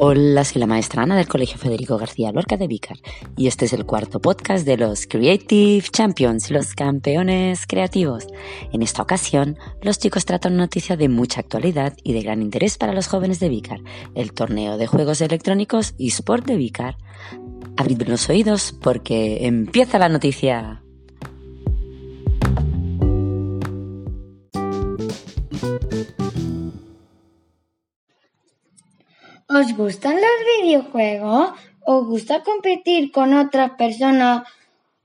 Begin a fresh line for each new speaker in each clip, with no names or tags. Hola, soy la maestra Ana del Colegio Federico García Lorca de Vicar y este es el cuarto podcast de los Creative Champions, los campeones creativos. En esta ocasión, los chicos tratan una noticia de mucha actualidad y de gran interés para los jóvenes de Vicar, el torneo de juegos electrónicos y sport de Vicar. Abrid los oídos porque empieza la noticia.
¿Os gustan los videojuegos? ¿Os gusta competir con otras personas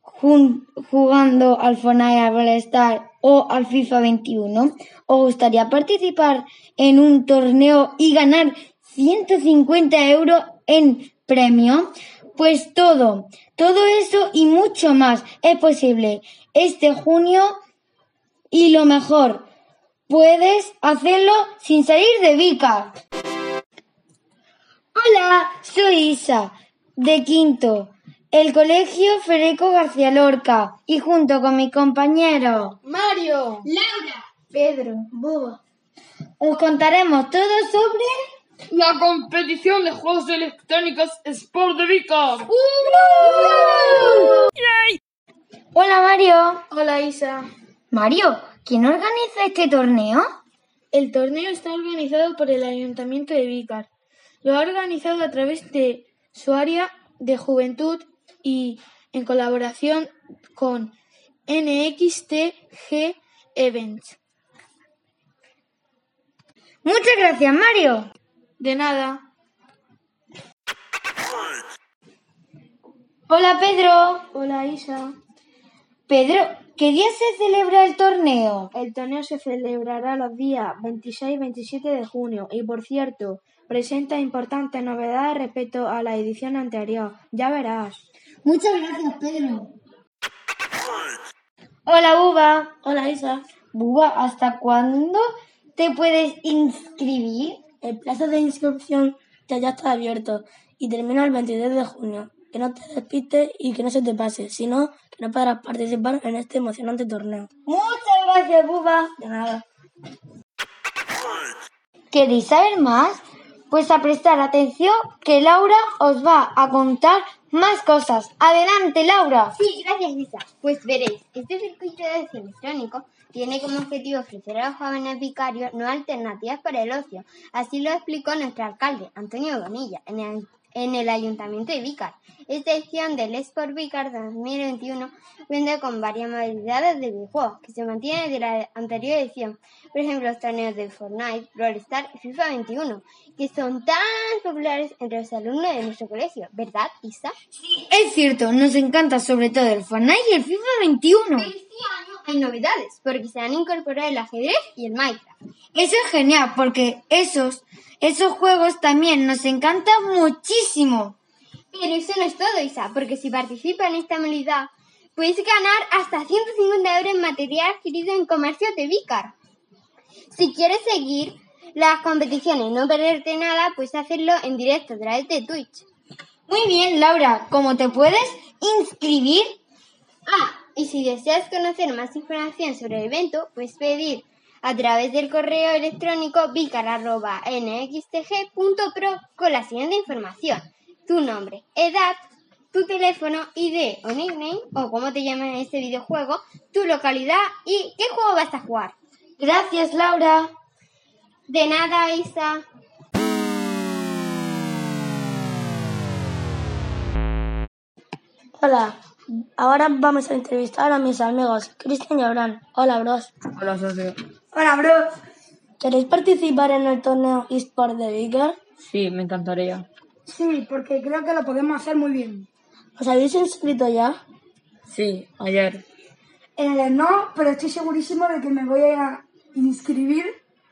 jun- jugando al Fortnite, al Ballstar o al FIFA 21? ¿Os gustaría participar en un torneo y ganar 150 euros en premio? Pues todo, todo eso y mucho más es posible este junio y lo mejor, puedes hacerlo sin salir de Vicar. Hola, soy Isa, de quinto, el Colegio Federico García Lorca, y junto con mi compañero
Mario, Laura, Pedro, Bobo.
os contaremos todo sobre...
La competición de juegos electrónicos Sport de Vicar.
Hola Mario.
Hola Isa.
Mario, ¿quién organiza este torneo?
El torneo está organizado por el Ayuntamiento de Vicar. Lo ha organizado a través de su área de juventud y en colaboración con NXTG Events.
Muchas gracias Mario.
De nada.
Hola Pedro.
Hola Isa.
Pedro, ¿qué día se celebra el torneo?
El torneo se celebrará los días 26 y 27 de junio y, por cierto, presenta importantes novedades respecto a la edición anterior. Ya verás.
Muchas gracias Pedro. Hola Buba.
Hola Isa.
Buba, ¿hasta cuándo te puedes inscribir?
El plazo de inscripción ya, ya está abierto y termina el 22 de junio. Que no te despistes y que no se te pase, sino que no podrás participar en este emocionante torneo.
Muchas gracias, Buba.
De nada.
¿Queréis saber más? Pues a prestar atención que Laura os va a contar más cosas. Adelante, Laura.
Sí, gracias Lisa. Pues veréis, este circuito de ocio electrónico tiene como objetivo ofrecer a los jóvenes vicarios nuevas alternativas para el ocio. Así lo explicó nuestro alcalde, Antonio Bonilla, en el, en el Ayuntamiento de Vicar. Esta edición del Sport Vicar 2021 cuenta con varias modalidades de videojuegos que se mantienen de la anterior edición. Por ejemplo, los torneos de Fortnite, Brawl Stars y FIFA 21, que son tan populares entre los alumnos de nuestro colegio. ¿Verdad, Isa?
Es cierto, nos encanta sobre todo el Fortnite y el FIFA 21.
Pero este año hay novedades, porque se han incorporado el ajedrez y el Minecraft.
Eso es genial porque esos, esos juegos también nos encantan muchísimo.
Pero eso no es todo, Isa, porque si participa en esta modalidad, puedes ganar hasta 150 euros en material adquirido en comercios de Vicar. Si quieres seguir las competiciones y no perderte nada, puedes hacerlo en directo a través de Twitch.
Muy bien, Laura, ¿cómo te puedes inscribir?
Ah, y si deseas conocer más información sobre el evento, puedes pedir a través del correo electrónico vicar.nxtg.pro con la siguiente información. Tu nombre, edad, tu teléfono, ID o nickname, o cómo te llaman en este videojuego, tu localidad y qué juego vas a jugar.
Gracias, Laura.
De nada, Isa.
Hola, ahora vamos a entrevistar a mis amigos Cristian y Abraham. Hola, bros.
Hola, socio.
Hola, bro.
¿Queréis participar en el torneo eSport de Vicar?
Sí, me encantaría.
Sí, porque creo que lo podemos hacer muy bien.
¿Os habéis inscrito ya?
Sí, ayer.
Eh, no, pero estoy segurísimo de que me voy a inscribir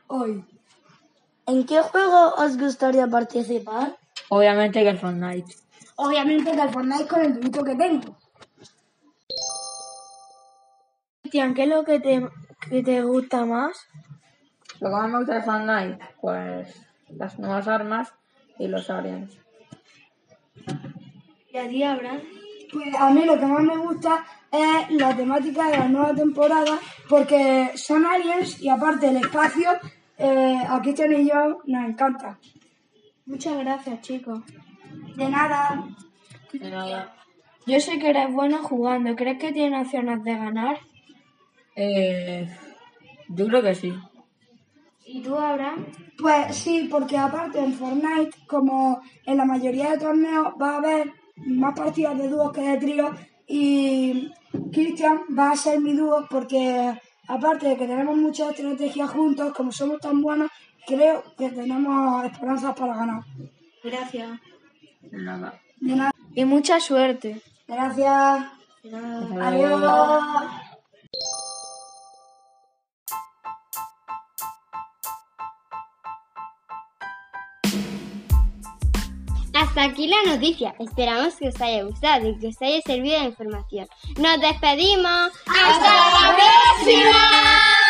hoy.
¿En qué juego os gustaría participar?
Obviamente que el Fortnite.
Obviamente que al Fortnite con el dibujito que tengo.
Cristian, ¿qué es lo que te, que te gusta más?
Lo que más me gusta de Fortnite, pues las nuevas armas y los aliens.
¿Y a ti, Abraham?
Pues a mí lo que más me gusta es la temática de la nueva temporada, porque son aliens y aparte el espacio, eh, a Christian y yo nos encanta.
Muchas gracias, chicos.
De nada.
De nada.
Yo sé que eres bueno jugando. ¿Crees que tienes opciones de ganar?
Eh, yo creo que sí.
¿Y tú, Abraham?
Pues sí, porque aparte en Fortnite, como en la mayoría de torneos, va a haber más partidas de dúos que de tríos y Christian va a ser mi dúo porque aparte de que tenemos muchas estrategias juntos, como somos tan buenos, creo que tenemos esperanzas para ganar.
Gracias.
De nada.
De nada,
Y mucha suerte.
gracias.
Hasta luego.
Adiós.
Hasta aquí la noticia. Esperamos que os haya gustado y que os haya servido la información. ¡Nos despedimos! ¡Hasta la próxima!